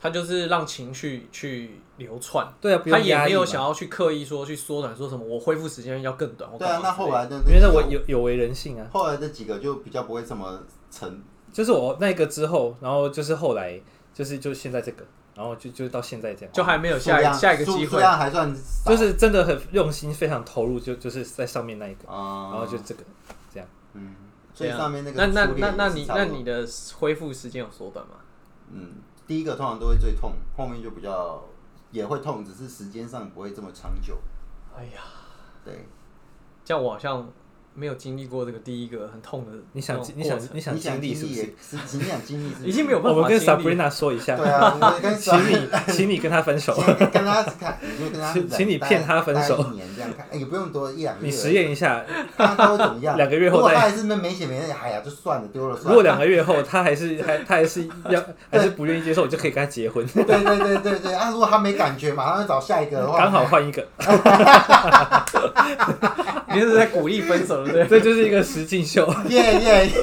S1: 他就是让情绪去流窜。
S3: 对啊，不
S1: 他
S3: 用
S1: 也
S3: 压
S1: 没
S3: 抑
S1: 有
S3: 嘛。
S1: 想要去刻意说去缩短，说什么我恢复时间要更短。我
S2: 对
S1: 干嘛
S2: 啊，那
S1: 之类
S2: 后
S1: 的
S2: 来的
S3: 因为那我有有违人性啊，
S2: 后来的几个就比较不会这么沉，
S3: 就是我那个之后，然后就是后来就是就现在这个，然后就就到现在这样，
S1: 就还没有下
S2: 数
S1: 一
S2: 量
S1: 下一个
S2: 数
S1: 机
S2: 数
S1: 会，
S2: 量还算少
S3: 就是真的很用心，非常投入，就就是在上面那一个，
S2: 啊，
S3: 然后就这个这样。
S2: 嗯，所
S1: 对
S2: 以
S1: 啊
S2: 上面那
S1: 那
S2: 个
S1: 那
S2: 初
S1: 那
S2: 恋
S1: 那
S2: 也是
S1: 你
S2: 差不
S1: 那
S2: 多
S1: 你的恢复时间有缩短吗？
S2: 嗯，第一个通常都会最痛，后面就比较也会痛，只是时间上不会这么长久。
S1: 哎呀，
S2: 对，
S1: 这样我好像没有经历过这个第一个很痛的
S3: 你想
S1: 那种
S3: 你想
S1: 过程
S3: 你想
S2: 你想
S3: 经
S2: 历
S3: 历是不是？
S2: 也是，你想经历是不是
S1: 已经没有办
S3: 我
S1: 法
S3: 们跟
S1: 经历
S3: Sabrina 说一 下，
S2: 对 啊，我跟
S3: 请
S2: 小
S3: 你请你跟他分 手，
S2: 先跟他看，你就跟他
S3: 请
S2: 忍
S3: 请你
S2: 大概
S3: 骗他分手
S2: 大概一年这样看，哎也不用多一两个月。
S3: 你实验 一下。
S2: 看他会怎么样？
S3: 两个月后
S2: 如果他
S3: 再
S2: 还是没没血没泪，哎呀，就算了，丢了
S3: 如
S2: 算
S3: 果
S2: 了。
S3: 两个月后他还是 还他还是要还是不愿意接受，你就可以跟他结婚，
S2: 对对对对对，啊，如果他没感觉，马上就找下一个的话，
S3: 刚好换一个，
S1: 你是在鼓励分手，对不对？
S3: 这就是一个实 境秀。
S2: 耶耶，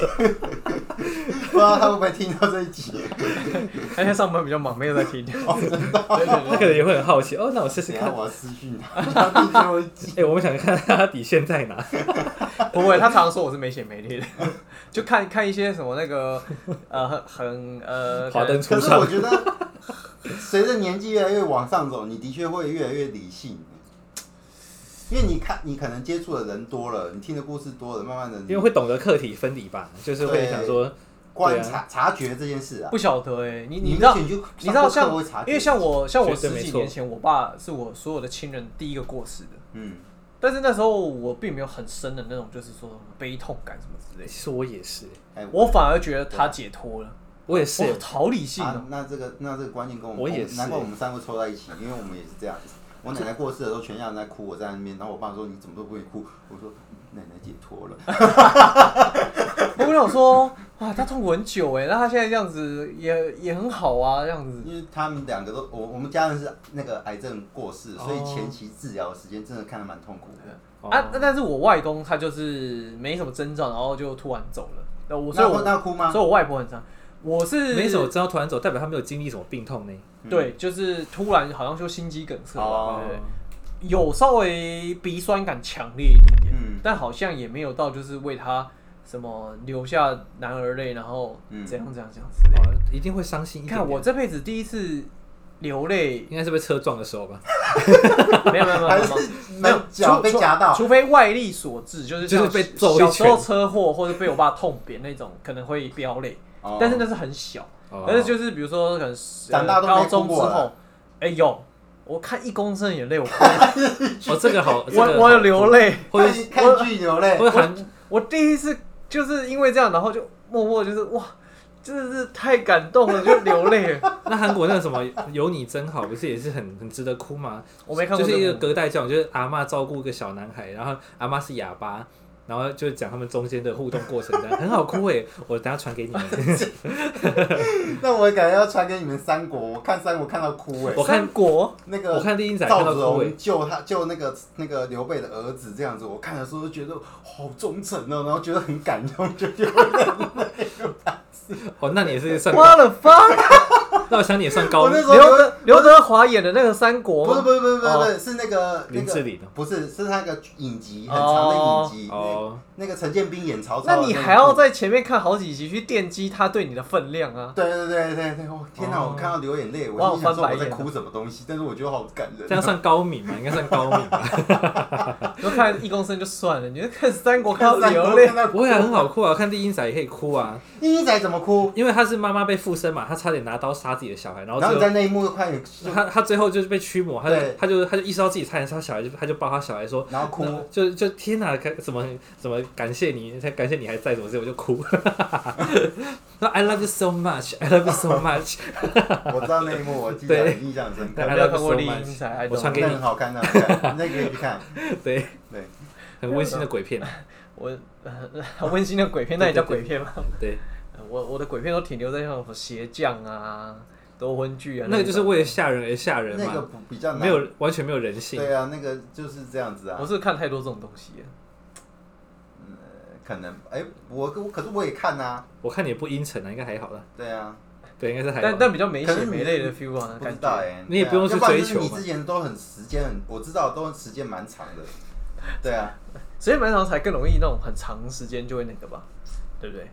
S2: 不知道他会不会听到这一 集？
S1: 他
S3: 哎
S1: 现在上班比较忙，没有在 听。哦，真的。 对对
S3: 他可能也会很好奇哦，那我试试
S2: 等一
S3: 看
S2: 下。
S1: 啊
S2: 我要私讯 他，他听到我
S3: 哎、我们想看他底线在 哪。
S1: 对，不会。他常常说我是没血没泪的， 就看看一些什么那个呃很很呃
S3: 华灯
S2: 可
S3: 初
S2: 是我
S3: 上，
S2: 觉得，随着年纪越来越往上走，你的确会越来越理性，因为你看，你可能接触的人多了，你听的故事多了，慢慢的，
S3: 因为会懂得课题分离吧，就是会
S2: 对
S3: 想说，
S2: 观察、察觉这件事啊。
S1: 不晓得哎、你你
S2: 你
S1: 知道
S2: 也许就
S1: 你知道像
S2: 上过课会察觉
S1: 因为像我像我
S3: 绝对
S1: 十
S3: 没
S1: 几
S3: 错
S1: 年前，我爸是我所有的亲人第一个过世的，
S2: 嗯，
S1: 但是那时候我并没有很深的那种就是说什么悲痛感什么之类
S3: 其
S1: 的，
S3: 实我也是，
S2: 哎、我
S1: 我反而觉得他解脱了，
S3: 我也是
S1: 哇，，好理性
S2: 啊
S1: 哦、，
S2: 那这个那这个观念跟我们
S3: 我也是
S2: 难怪我们三个凑在一起，因为我们也是这样。我奶奶过世的时候，全家人在哭，我在那边，然后我爸说你怎么都不会哭，我说奶奶解脱了，
S1: 我跟我说，哇，他痛苦很久哎、那他现在这样子也也很好啊，这样子。
S2: 因为他们两个都我我们家人是那个癌症过世，所以
S1: 哦
S2: 前期治疗的时间真的看得蛮痛苦的。
S3: 哦
S1: 啊，那但是我外公他就是没什么征兆，然后就突然走了。那我所以
S2: 那会
S1: 我
S2: 那哭吗
S1: 所？以我外婆很伤。我是
S3: 没什么知道突然走，代表他没有经历什么病痛呢。
S2: 嗯
S1: 对，就是突然好像就心肌梗塞吧，
S2: 哦
S1: 对对有稍微鼻酸感强烈一点点，
S2: 嗯
S1: 但好像也没有到就是为他什么流下男儿泪，然后
S2: 嗯
S1: 怎样怎样怎样之类的。
S3: 哦，一定会伤心一
S1: 你
S3: 点
S1: 看
S3: 点。
S1: 我这辈子第一次流泪，
S3: 应该是被车撞的时 候吧，
S1: 没有没有没有没
S2: 还
S1: 有
S2: 是
S1: 没有。没有
S2: 门脚
S1: 除
S2: 被夹到？
S1: 除非外力所致，就是像
S3: 就是被揍一
S1: 小时候
S3: 拳
S1: 车祸或者被我爸痛扁那种，可能会飙泪，
S2: 哦
S1: 但是 那是很小。
S3: 哦
S1: 但是就是比如说，可能是呃
S2: 长大都没
S1: 高中
S2: 哭
S1: 之
S2: 过啊
S1: 后
S2: 了，
S1: 哎、有我看一公升的眼泪，我 哭
S3: 哦，这个好，这
S1: 我
S3: 个
S1: 我
S3: 好
S1: 有流，泪，
S3: 或者
S2: 看看剧流泪
S3: 或，者韩
S1: 我第一次就是因为这样，然后就默默就是哇，真的是太感动了，就流泪了。
S3: 那韩国那个什么有你真好，不是也是很很值得哭吗？
S1: 我没看过
S3: 就
S1: 这
S3: 是一
S1: 部
S3: 个隔代教养，就是阿嬷照顾一个小男孩，然后阿嬷是哑巴，然后就讲他们中间的互动过程，这样很好哭诶，我等下传给你们。
S2: 那我感觉要传给你们三国，我看三国看到哭哎、
S3: 我看
S1: 三国，
S2: 那个
S3: 我看第一仔看
S2: 赵
S3: 到
S2: 子
S3: 哭诶，
S2: 龙救他救那个那个刘备的儿子这样子，我看的时候就觉得好忠诚哦，然后觉得很感动，就觉得
S3: 哦，那你也是算高，
S1: 我的妈！
S3: 那我想你也算高
S2: 我那时候
S1: 刘德刘德华演的那个三国
S2: 不
S1: 吗
S2: 是不是不是不是不是是那个那
S3: 林志
S2: 个
S3: 玲哦
S2: 不是是那个影集很长的影集，那
S3: 哦。
S2: 那个陈建斌演曹操的
S1: 那
S2: 个，
S1: 你还要在前面看好几集去奠基他对你的分量啊！
S2: 对对对对对，我天哪！
S1: 哦
S2: 我看到流眼泪，
S1: 哇
S2: 我
S1: 我
S2: 心
S1: 翻
S2: 想说
S1: 白
S2: 我在
S1: 眼了
S2: 哭什么东西，但是我觉得好感人。啊
S3: 这样算高敏嘛？应该算高敏吧。
S1: 你就看一公升就算了，你就看三国看到
S2: 三国
S1: 流 泪
S2: 看，到
S3: 不会啊，很好哭啊！看《第一仔》也可以哭啊，
S2: 第一仔怎么哭？
S3: 因为他是妈妈被附身嘛，他差点拿刀杀自己的小孩，然后
S2: 然后你
S3: 最后
S2: 在那一幕快 点，
S3: 他他最后就是被驱魔，他就
S2: 对
S3: 他就他就意识到自己差点杀小孩，就他就抱他小孩说，
S2: 然 后哭，
S3: 就就天哪，感怎么怎么感谢你，才感谢你还在，怎么这我就哭。 那 I love you so much, I love you so much，
S2: 我知道那一幕，我记得
S3: 对
S2: 印象深刻
S3: 对，
S1: 没有看过《丽英才》，I don't know，
S3: 我传给
S2: 那
S3: 你
S2: 很好看，那 很好看那个可以去看。
S3: 对，
S2: 对，
S3: 很温馨的 鬼片，啊
S1: 我 呃温馨的鬼片，那也叫鬼片吗？
S3: 对，
S1: 呃我我的鬼片都停留在像什么鞋匠啊、夺魂剧啊，
S3: 那个就是
S1: 我
S3: 为了吓人而吓人
S2: 那个
S3: 嘛，
S2: 不比较难，
S3: 没有完全没有人性。
S2: 对啊，那个就是这样子啊
S1: 我。是看太多这种东西了。
S2: 可能哎，我我可是我也看呐，
S3: 我看你也不阴沉啊，应该还好啦。
S2: 对啊，
S3: 对，应该是还
S1: 但
S3: 好。
S1: 但比较没血没泪的 feel 啊，
S2: 不知
S1: 感
S2: 道
S1: 觉。
S2: 哎，
S3: 嗯你也不用去
S2: 对啊要然就是
S3: 追求嘛
S2: 你之前都很时间很，我知道都时间蛮长的。对啊，
S1: 时间蛮长才更容易那种很长时间就会那个吧，对不对？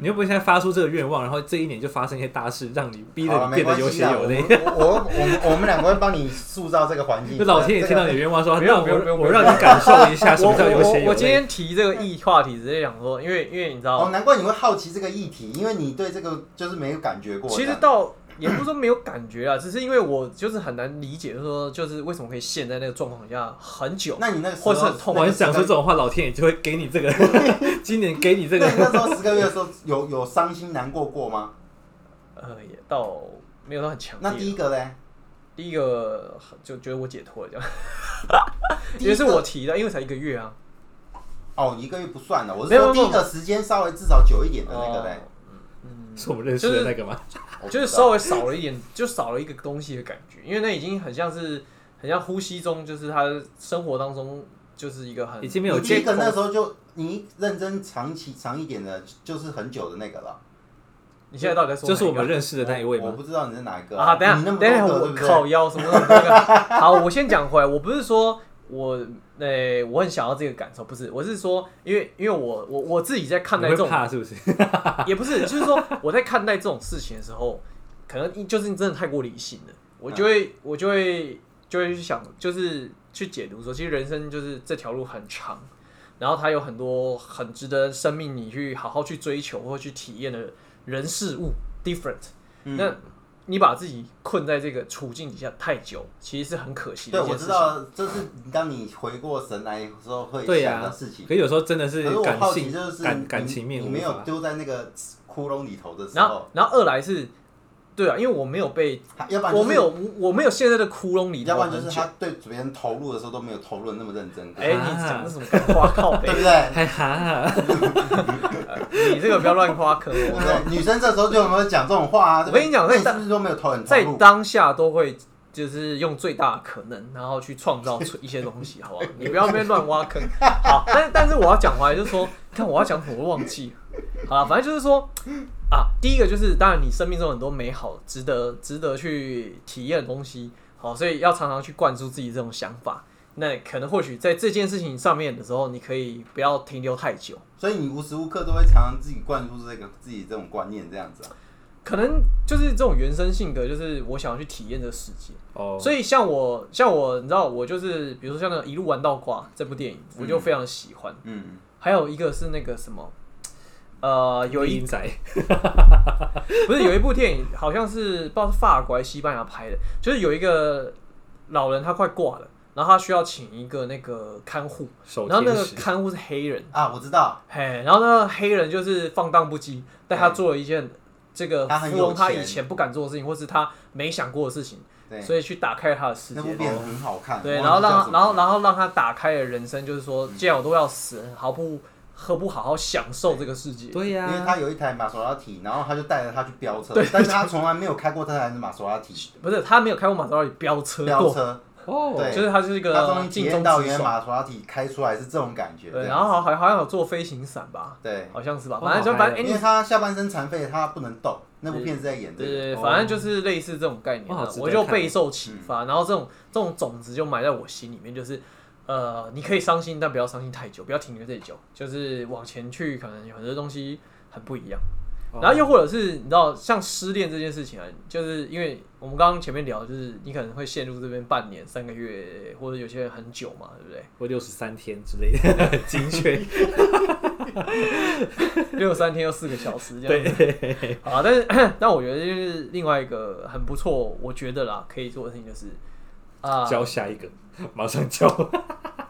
S3: 你又不会现在发出这个愿望，然后这一年就发生一些大事，让你逼
S2: 好
S3: 得
S2: 了
S3: 你
S2: 没
S3: 变
S2: 关
S3: 得
S2: 系
S3: 有血
S2: 啊
S3: 有泪。
S2: 我我我我们我们两个会帮你塑造这个 环境。
S3: 就老天爷
S2: 这个
S3: 听到你的愿望，说
S1: 不用
S3: 让
S1: 不用不
S3: 我
S1: 用
S3: 我让你感受
S2: 啊
S3: 一下什
S1: 我
S3: 么叫有
S1: 我
S3: 血
S1: 我
S3: 有
S1: 我今
S3: 泪。
S1: 天提这个议话题，直接想说，因为因为你知道
S2: 哦，，难怪你会好奇这个议题，因为你对这个就是没有感觉过。
S1: 其
S2: 这
S1: 实
S2: 样
S1: 到也不是说没有感觉啊，只是因为我就是很难理解，就是说就是为什么可以陷在那个状况下很久，
S2: 那你那个时候
S1: 或是很痛
S2: 那
S3: 我
S2: 个
S3: 很
S2: 时候
S3: 想说这种话，老天爷就会给你这个，今年给你这
S2: 那
S3: 个
S2: 你那时候十个月的时候有有伤心难过过吗？
S1: 呃，也到没有到很强烈。啊
S2: 那第一个嘞？
S1: 第一个就觉得我解脱了，这样，
S2: 第一个
S1: 也是我提的，因为才一个月啊。
S2: 哦，你一个月不算了，我是
S1: 没有
S2: 说
S1: 没有
S2: 第一个时间稍微至少久一点的那个嘞
S1: 哦。
S3: 是我们认识的那个吗？
S2: 我不知
S1: 就
S2: 道
S1: 是稍微少了一点，就少了一个东西的感觉，因为那已经很像是很像呼吸中，就是他生活当中就是一个很
S3: 已经没有
S2: 你第
S3: 借
S2: 一
S3: 口
S2: 个，那时候就你认真长期长一点的，就是很久的那个了。
S1: 你现在到底在说哪一
S3: 就
S1: 个？
S3: 是我们认识的那一位
S2: 我
S3: 吗？
S2: 不知道你是哪一个
S1: 啊，等一
S2: 你那
S1: 下
S2: 么
S1: 等一下，
S2: 多个对
S1: 我
S2: 不对？
S1: 靠腰什么什么那个。好，我先讲回来，我不是说我呃、我很想要这个感受，不是，我是说因为因为我我我自己在看待
S3: 你
S1: 这
S3: 会
S1: 种，
S3: 怕是不 是？
S1: 也不是，就是说我在看待这种事情的时候， 可能一就是你真的太过理性了，我就
S2: 嗯
S1: 会、我就会就会去想，就是去解读说，其实人生就是这条路很长，然后它有很多很值得生命你去好好去追求或去体验的人事物 different，、
S2: 嗯
S1: 那。你把自己困在这个处境底下太久，其实是很可惜的
S2: 对，
S1: 一
S2: 我
S1: 件事
S2: 知
S1: 情。啊
S2: 道，这是当你回过神来的时候会
S3: 对
S2: 想
S3: 呀
S2: 的事情。
S3: 可有时候真的是
S2: 可是我
S3: 感
S2: 好奇
S3: 性
S2: 就是
S3: 感
S2: 你
S3: 感情面
S2: 你
S3: 无
S2: 没有
S3: 法
S2: 丢在那个窟窿里头的时
S1: 然
S2: 候
S1: 后，，然后二来是，对啊，因为我没有被，
S2: 还要不然就是
S1: 我没有，我没有陷在这窟窿里头
S2: 要不然就
S1: 很
S2: 是
S1: 久
S2: 他对别人投入的时候都没有投入的那么认真过，
S1: 哎、你讲的什么夸靠
S2: 对不
S1: 背？
S2: 对？
S3: 还哈，
S1: 你这个不要乱夸可
S2: 对不
S1: 我。
S2: 对？女生这时候就有没有讲这种话啊？
S1: 我跟你讲
S2: 对
S1: 在
S2: 不对你是不是都没有投很投
S1: 在
S2: 入？
S1: 当下都会就是用最大的可能，然后去创造出一些东西，好不好？你不要在那边乱挖坑。好，但但是我要讲回来，就是说，看我要讲什么我忘记了。好了，反正就是说啊，第一个就是，当然你生命中很多美好、值得、值得去体验的东西，好，所以要常常去灌输自己这种想法。那可能或许在这件事情上面的时候，你可以不要停留太久。
S2: 所以你无时无刻都会常常自己灌输这个自己这种观念这样子啊。
S1: 可能就是这种原生性格，就是我想要去体验这个世界。
S3: 哦，
S1: 所以像我，像我，你知道，我就是比如说像那个《一路玩到挂》这部电影，我就非常喜欢。
S2: 嗯，
S1: 还有一个是那个什么，呃，有一
S3: 阴宅，
S1: 不是有一部电影，好像是不知道是法国还是西班牙拍的，就是有一个老人他快挂了，然后他需要请一个那个看护，
S3: 手
S1: 然后那
S3: 天
S1: 个
S3: 使，
S1: 看护是黑人，
S2: 啊，我知道，
S1: 嘿，然后那个黑人就是放荡不羁，但他做了一件这个
S2: 嗯他很
S1: 富
S2: 有
S1: 翁他以
S2: 钱
S1: 前不敢做的事情，或是他没想过的事情，
S2: 对，
S1: 所以去打开了他的世
S2: 那
S1: 界
S2: 部。片很好看。
S1: 对，
S2: 我
S1: 然后
S2: 忘记叫
S1: 让他，
S2: 什么嗯
S1: 然后然后让他打开了人生，就是说，既然我都要死，何不何不好好享受这个世界？
S3: 对
S2: 因为
S3: 呀，
S2: 他有一台玛莎拉蒂，然后他就带着他去飙车，但是他从来没有开过这台玛莎拉蒂
S1: 不是他没有开过马自达利飙车
S2: 飙
S1: 过，
S2: 车，
S3: 哦
S2: 对，
S1: 就是他就是一
S2: 他
S1: 个
S2: 终于
S1: 尽
S2: 体
S1: 忠
S2: 验到
S1: 职
S2: 原来
S1: 守。
S2: 玛莎拉蒂开出来是这种感觉。
S1: 对，
S2: 这
S1: 然
S2: 样
S1: 后好好好像有做飞行伞吧，
S2: 对，
S1: 好像是吧，
S3: 哦
S1: 反正就
S3: 好
S1: 反
S3: 嗨
S1: 正
S2: 因为
S1: any
S2: 他下半身残废，他不能动。那部片是在演这
S1: 对
S2: 个，
S1: 对，
S3: 哦
S1: 反正就是类似这种概念
S3: 哇好
S1: 啊
S3: 值，得嗯
S1: 我就备受启发，然后这种这种种子就埋在我心里面，就是。呃，你可以伤心，但不要伤心太久，不要停留太久，就是往前去，可能有很多东西很不一样。
S3: 哦
S1: 然后又或者是你知道，像失恋这件事情啊，就是因为我们刚刚前面聊，就是你可能会陷入这边半年、三个月，或者有些人很久嘛，对不对？
S3: 我六十三天之类的， 很精确，
S1: 六三天又四个小时这样
S3: 对
S1: 子。，好啊，但是 但我觉得就是另外一个很不错，我觉得啦，可以做的事情就是啊，
S3: 教下一个，马上 教，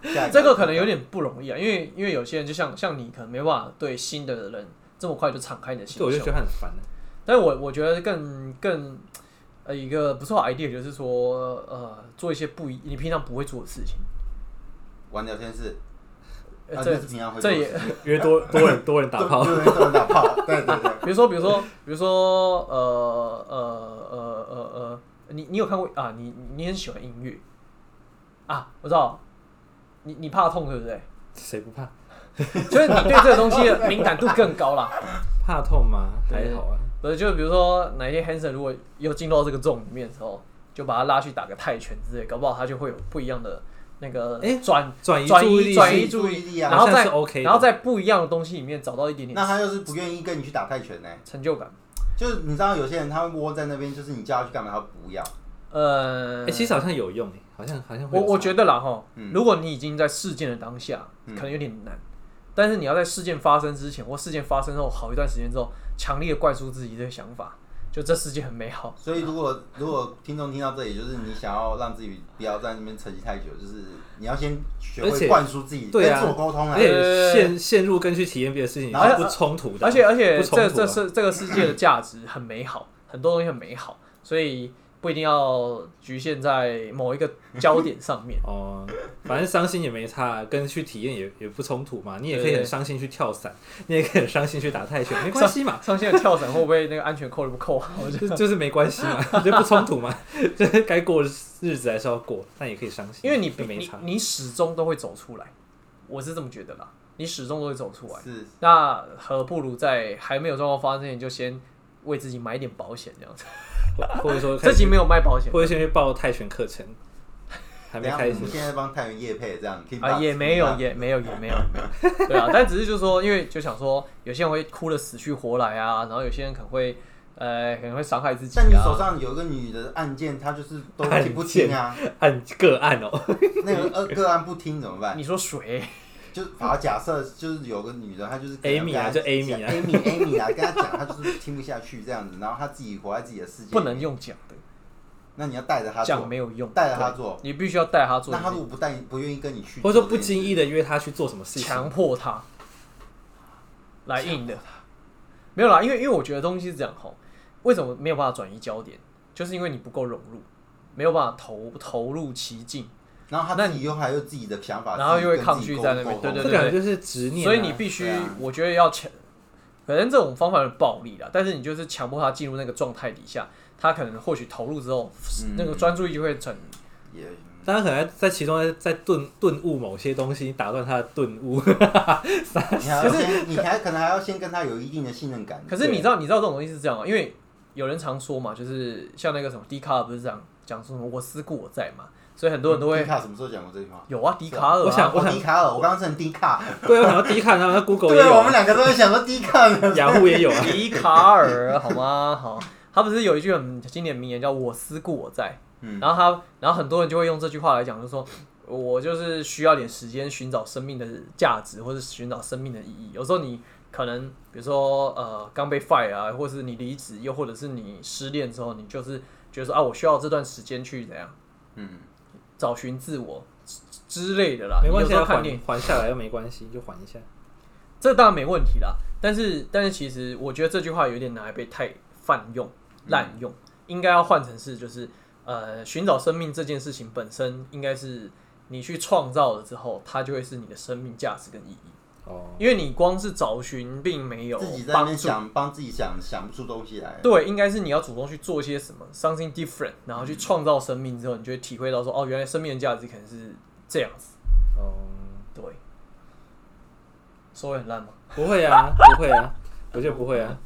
S2: 下一
S1: 这个可能有点不容易啊，因为因为有些人就像像你，可能没办法对新的人这么快就敞开你的心
S3: 对，我就
S1: 胸
S3: 觉。得他很 烦啊
S1: 但我我觉得更更呃一个不错的 idea 就是说呃做一些不一你平常不会做的事情，
S2: 玩聊天室，
S1: 呃
S2: 啊
S1: 这
S2: 那是平常会
S1: 这
S2: 做的
S1: 也
S2: 事情
S3: 因为多多人多人打炮，
S2: 对对对，打 炮，对对对。
S1: 比如说比如说比如说呃呃呃呃呃，你你有看过啊？你你很喜欢音乐啊？我知道，你你怕痛对不 对？
S3: 谁不怕？
S1: 所以你对这个东西的敏感度更高啦。
S3: 怕痛吗？
S1: 对
S3: 还好啊，
S1: 不是，就比如说哪一天 Hanson 如果又进入到这个 zone 里面的时候，就把他拉去打个泰拳之类，搞不好他就会有不一样的那个
S3: 诶
S1: 转
S3: 转移
S1: 转
S3: 注意
S1: 移
S3: 力
S1: 转
S2: 是
S1: 移注
S2: 注意力啊
S1: 然后
S3: 好像
S1: 再
S3: 是 OK 的
S1: 然后在不一样的东西里面找到一点点
S2: 那他又是不愿意跟你去打泰拳呢、
S1: 成就感。
S2: 就是你知道有些人他会窝在那边，就是你叫他去干嘛，他不要。
S1: 呃，
S3: 哎，其实好像有用诶，好像好像会
S1: 我
S3: 有
S1: 我
S3: 差嗯
S1: 觉得啦哈
S2: 嗯，
S1: 如果你已经在事件的当下，可能有点难，但是你要在事件发生之前或事件发生后好一段时间之后，强烈地灌输自己这个想法，就这世界很美好。
S2: 所以如果如果听众听到这里，就是你想要让自己不要在那边沉寂太久，就是你要先学
S3: 而
S2: 会
S3: 且
S2: 灌输自己，
S3: 对
S2: 跟
S3: 啊
S2: 自我沟通啊
S3: 而。且
S1: 对
S3: 陷陷入跟去体验别的事情
S2: 然后
S3: 是不冲突的，
S1: 呃而且而且
S3: 不冲突
S1: 这这
S3: 啊。
S1: 是这个世界的价值很美好，很多东西很美好，所以不一定要局限在某一个焦点上面
S3: 哦，反正伤心也没差，跟去体验也也不冲突嘛。你也可以很伤心去跳伞，你也可以很伤心去打泰拳，没关系嘛，
S1: 上线的跳伞会不会那个安全扣的不啊扣好？
S3: 就就是没关系嘛， 就不冲突嘛，就是该过的日子还是要过，但也可以伤心，
S1: 因为你
S3: 就没
S1: 你
S3: 差。
S1: 你始终都会走出来，我是这么觉得啦。你始终都会走出来，
S2: 是，
S1: 那何不如在还没有状况发生之前，就先为自己买一点保险，这样子。
S3: 或或者说开
S1: 这
S3: 始，
S1: 集没有卖保险
S3: 或者先去报泰拳课程，还
S2: 等
S3: 没
S2: 一下
S3: 开
S2: 我
S3: 始
S2: 们。现在帮太原叶配这样，可以把
S1: 啊，也没有，
S2: 怎么样
S1: 也没有，也 没有，也没有。对啊，但只是就是说，因为就想说，有些人会哭得死去活来啊，然后有些人可能会呃，可能会伤害自己、啊。
S2: 像你手上有一个女的案件，她就是都听不听啊，
S3: 按个案哦，
S2: 那个呃个案不听怎么办？
S1: 你说谁？
S2: 就是好假设就是有个女的，她就是可能跟
S3: Amy
S2: 她
S3: 啊就 Amy 啊
S2: Amy Amy 啊，跟她讲，她就是听不下去这样子，然后她自己活在自己的世界，
S1: 不能，用讲的，
S2: 那你要带着她
S1: 讲
S2: 做，
S1: 没有用，
S2: 带着她做，
S1: 你必须要带他做
S2: 那
S1: 这
S2: 她
S1: 件
S2: 如
S1: 事，
S2: 果不带不愿意跟你去，
S3: 或者说不经意的约他去做什么事情，
S1: 强迫他来硬的。没有啦，因为因为我觉得东西是这样吼，为什么没有办法转移焦点，就是因为你不够融入，没有办法投投入其境，
S2: 然后他自己又还有自己的想法，
S1: 然后又会
S2: 自己跟
S1: 抗拒
S2: 自己
S1: 在那边
S2: 沟通
S1: 对对
S3: 这
S1: 对
S3: 感觉就是执念啊。
S1: 所以你必须，
S2: 对啊
S1: 我觉得要强，可能这种方法有点暴力啦，但是你就是强迫他进入那个状态底下，他可能或许投入之后，
S2: 嗯
S1: 那个专注力就会转移。
S2: 也
S3: 大家可能在其中在在顿顿悟某些东西，打断他的顿悟。
S2: 你还要先，你还可能还要先跟他有一定的信任感。
S1: 可是你知道，你知道这种东西是这样吗？因为有人常说嘛，就是像那个什么笛卡尔不是这样讲说什么“我思故我在”嘛，所以很多人都
S2: 迪
S1: 会
S2: 卡什么时候讲过这句话？
S1: 有啊，笛卡尔、啊。
S3: 我想
S2: 哦，迪卡尔，我刚刚成迪卡，
S3: 对，我想要低看，然后 Google 也
S1: 啊
S2: 对，啊我们
S3: 有，
S2: 两个都在想说迪卡呢。
S3: 雅虎也有啊。
S1: 笛卡尔，好吗？好，他不是有一句很经典名言叫“我思故我在”，
S2: 嗯
S1: 然后他，然后很多人就会用这句话来讲，就说我就是需要点时间寻找生命的价值，或者寻找生命的意义。有时候你可能，比如说呃，刚被 fire 啊，或是你离职，又或者是你失恋之后，你就是觉得说啊，我需要这段时间去怎样
S2: 嗯，
S1: 找寻自我之之类的啦。
S3: 没关
S1: 你
S3: 系
S1: 有时
S3: 啊，
S1: 候看
S3: 缓
S1: 电影
S3: 缓下来又没关系，就缓一下。
S1: 这当然没问题啦，但是但是其实我觉得这句话有点拿来被太泛用、滥用，
S2: 嗯
S1: 应该要换成是就是呃，寻找生命这件事情本身应该是你去创造了之后，它就会是你的生命价值跟意义，
S3: 哦，
S1: 因为你光是找寻并没有
S2: 自己在那
S1: 帮
S2: 边
S1: 助。
S2: 想，帮自己想想不出东西来。
S1: 对，应该是你要主动去做些什么，something different，然后
S2: 嗯
S1: 去创造生命之后，你就会体会到说，哦，原来生命的价值可能是这样子。
S3: 哦，
S1: 对，说得很烂吗？
S3: 不会啊，不会啊，我觉得不会啊。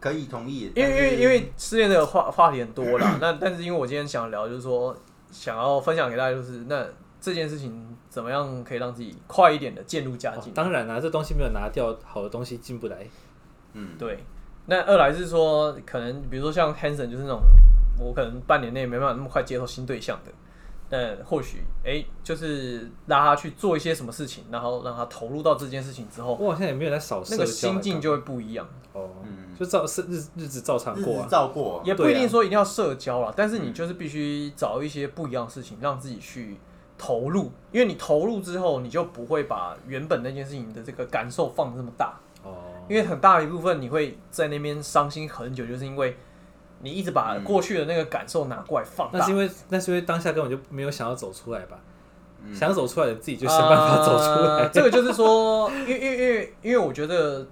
S2: 可以同意，
S1: 因为因
S2: 但
S1: 为
S2: 是
S1: 因为失恋的话话题很多啦，那但是因为我今天想聊，就是说想要分享给大家，就是那这件事情怎么样可以让自己快一点的渐入佳
S3: 哦
S1: 境。
S3: 当然啦、这东西没有拿掉，好的东西进不来。
S2: 嗯，
S1: 对，那二来是说，可能比如说像 Hanson 就是那种，我可能半年内没办法那么快接受新对象的，那或许哎、诶就是让他去做一些什么事情，然后让他投入到这件事情之后，
S3: 我好像也没有在扫社
S1: 哦那
S3: 交
S1: 个
S3: 来干嘛
S1: 心境就会不一样。
S3: 哦，
S2: 嗯
S3: 就照是日日子照常
S2: 日
S3: 过
S2: 子
S3: 啊。
S2: 照过，
S1: 也不一
S3: 对
S1: 定
S3: 啊嗯
S1: 说一定要社交啦，但是你就是必须找一些不一样的事情，让自己去投入，因为你投入之后，你就不会把原本那件事情的这个感受放这么大，
S3: 哦，
S1: 因为很大一部分你会在那边伤心很久，就是因为你一直把
S2: 嗯
S1: 过去的那个感受拿过来放
S3: 那
S1: 大
S3: 是因。为那是因为当下根本就没有想要走出来吧？
S2: 嗯
S3: 想走出来的自己就想办法走出来。
S1: 呃这个就是说，因为因为因为因为我觉得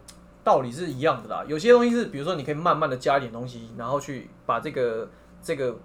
S1: 道理是一样的啦。有些东西是，比如说你可以慢慢的加一点东西，然后去把这个这个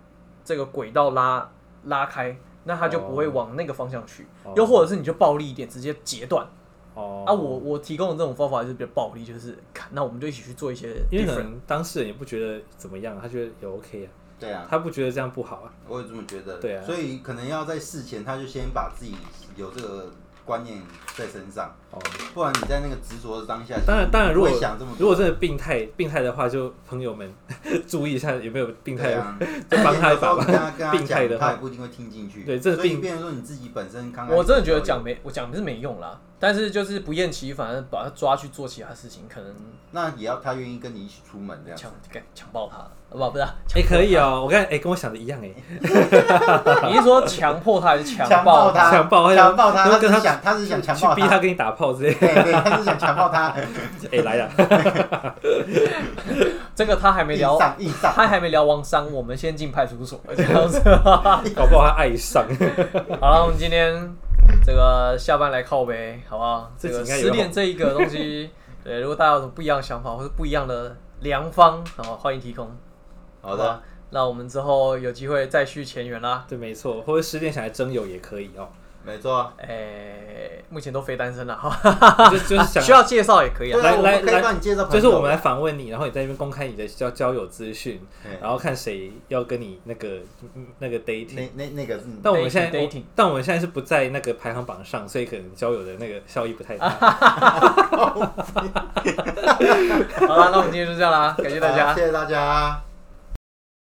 S1: 这个轨道拉拉开，那它就不会往那个方向去。
S3: 哦
S1: 又或者是你就暴力一点，直接截断。
S3: 哦
S1: 啊，我我提供的这种方法就是比较暴力，就是看那我们就一起去做一些
S3: 因为可
S1: different。
S3: 能当事人也不觉得怎么样，他觉得也 OK
S2: 对
S3: 啊，
S2: 啊，
S3: 他不觉得这样不好啊。
S2: 我也这么觉得。
S3: 对啊
S2: 所以可能要在事前他就先把自己有这个观念在身上，
S3: 哦，
S2: 不然你在那个执着的当下，
S3: 当然，当然，如果
S2: 你不会想这么多，
S3: 如果真的病态病态的话，就朋友们 注意一下有没有病态
S2: 对。啊，
S3: 就帮他一把吧
S2: 而且有时候跟他跟他
S3: 病态
S2: 讲，
S3: 的
S2: 他
S3: 话
S2: 也不一定会听进去。
S3: 对这个
S2: 所以
S3: 病
S2: 变成说你自己本身刚开始
S1: 我真的觉得
S2: 就
S1: 讲没我讲是没用啦，但是就是不厌其烦，把他抓去做其他事情，可能
S2: 那也要他愿意跟你一起出门这样。
S1: 强干强暴他，啊不不是啊，
S3: 哎、可以哦，我看哎、跟我想的一样哎、
S1: 你是说强迫他还是强
S2: 强
S1: 暴
S2: 暴他，
S3: 强暴他
S2: 强暴
S3: 然
S2: 他，
S3: 后
S2: 他
S3: 跟
S2: 只
S3: 他
S2: 是想，他只是想强
S3: 去
S2: 暴
S3: 逼他，跟你打炮之 类的，
S2: 对对，他只是想强暴他，
S3: 哎、来了，
S1: 这个他还 没聊
S2: 硬，上硬上，
S1: 他还没聊王商，我们先进派出所这样子。
S3: 搞不好他爱上，
S1: 好了，我们今天这个下班来靠呗，好不好？
S3: 这
S1: 这个
S3: 集应该有
S1: 失恋这一个东西，对，如果大家有什么不一样的想法或者不一样的良方，好，欢迎提供。
S2: 好
S1: 好
S2: 的
S1: 吧，那我们之后有机会再续前缘啦。
S3: 对，没错，或者失恋想来征友也可以哦，
S2: 没错，
S1: 哎、目前都非单身了，哈，
S3: 就就是 想
S1: 需要介绍也可以
S2: 对
S1: 啊。
S3: 来
S2: 啊，我
S3: 来
S2: 们可
S3: 来
S2: 以帮你介绍朋
S3: 就
S2: 友，
S3: 是我们来访问你，然后你在那边公开你的交交友资讯
S2: 嗯，
S3: 然后看谁要跟你那个嗯那个 dating。
S2: 那那那个是你
S3: 但我们现在
S1: dating，dating
S3: 但我们现在是不在那个排行榜上，所以可能交友的那个效益不太大。
S1: 好啦，那我们今天就这样啦，感谢大家
S2: 好。谢谢大家。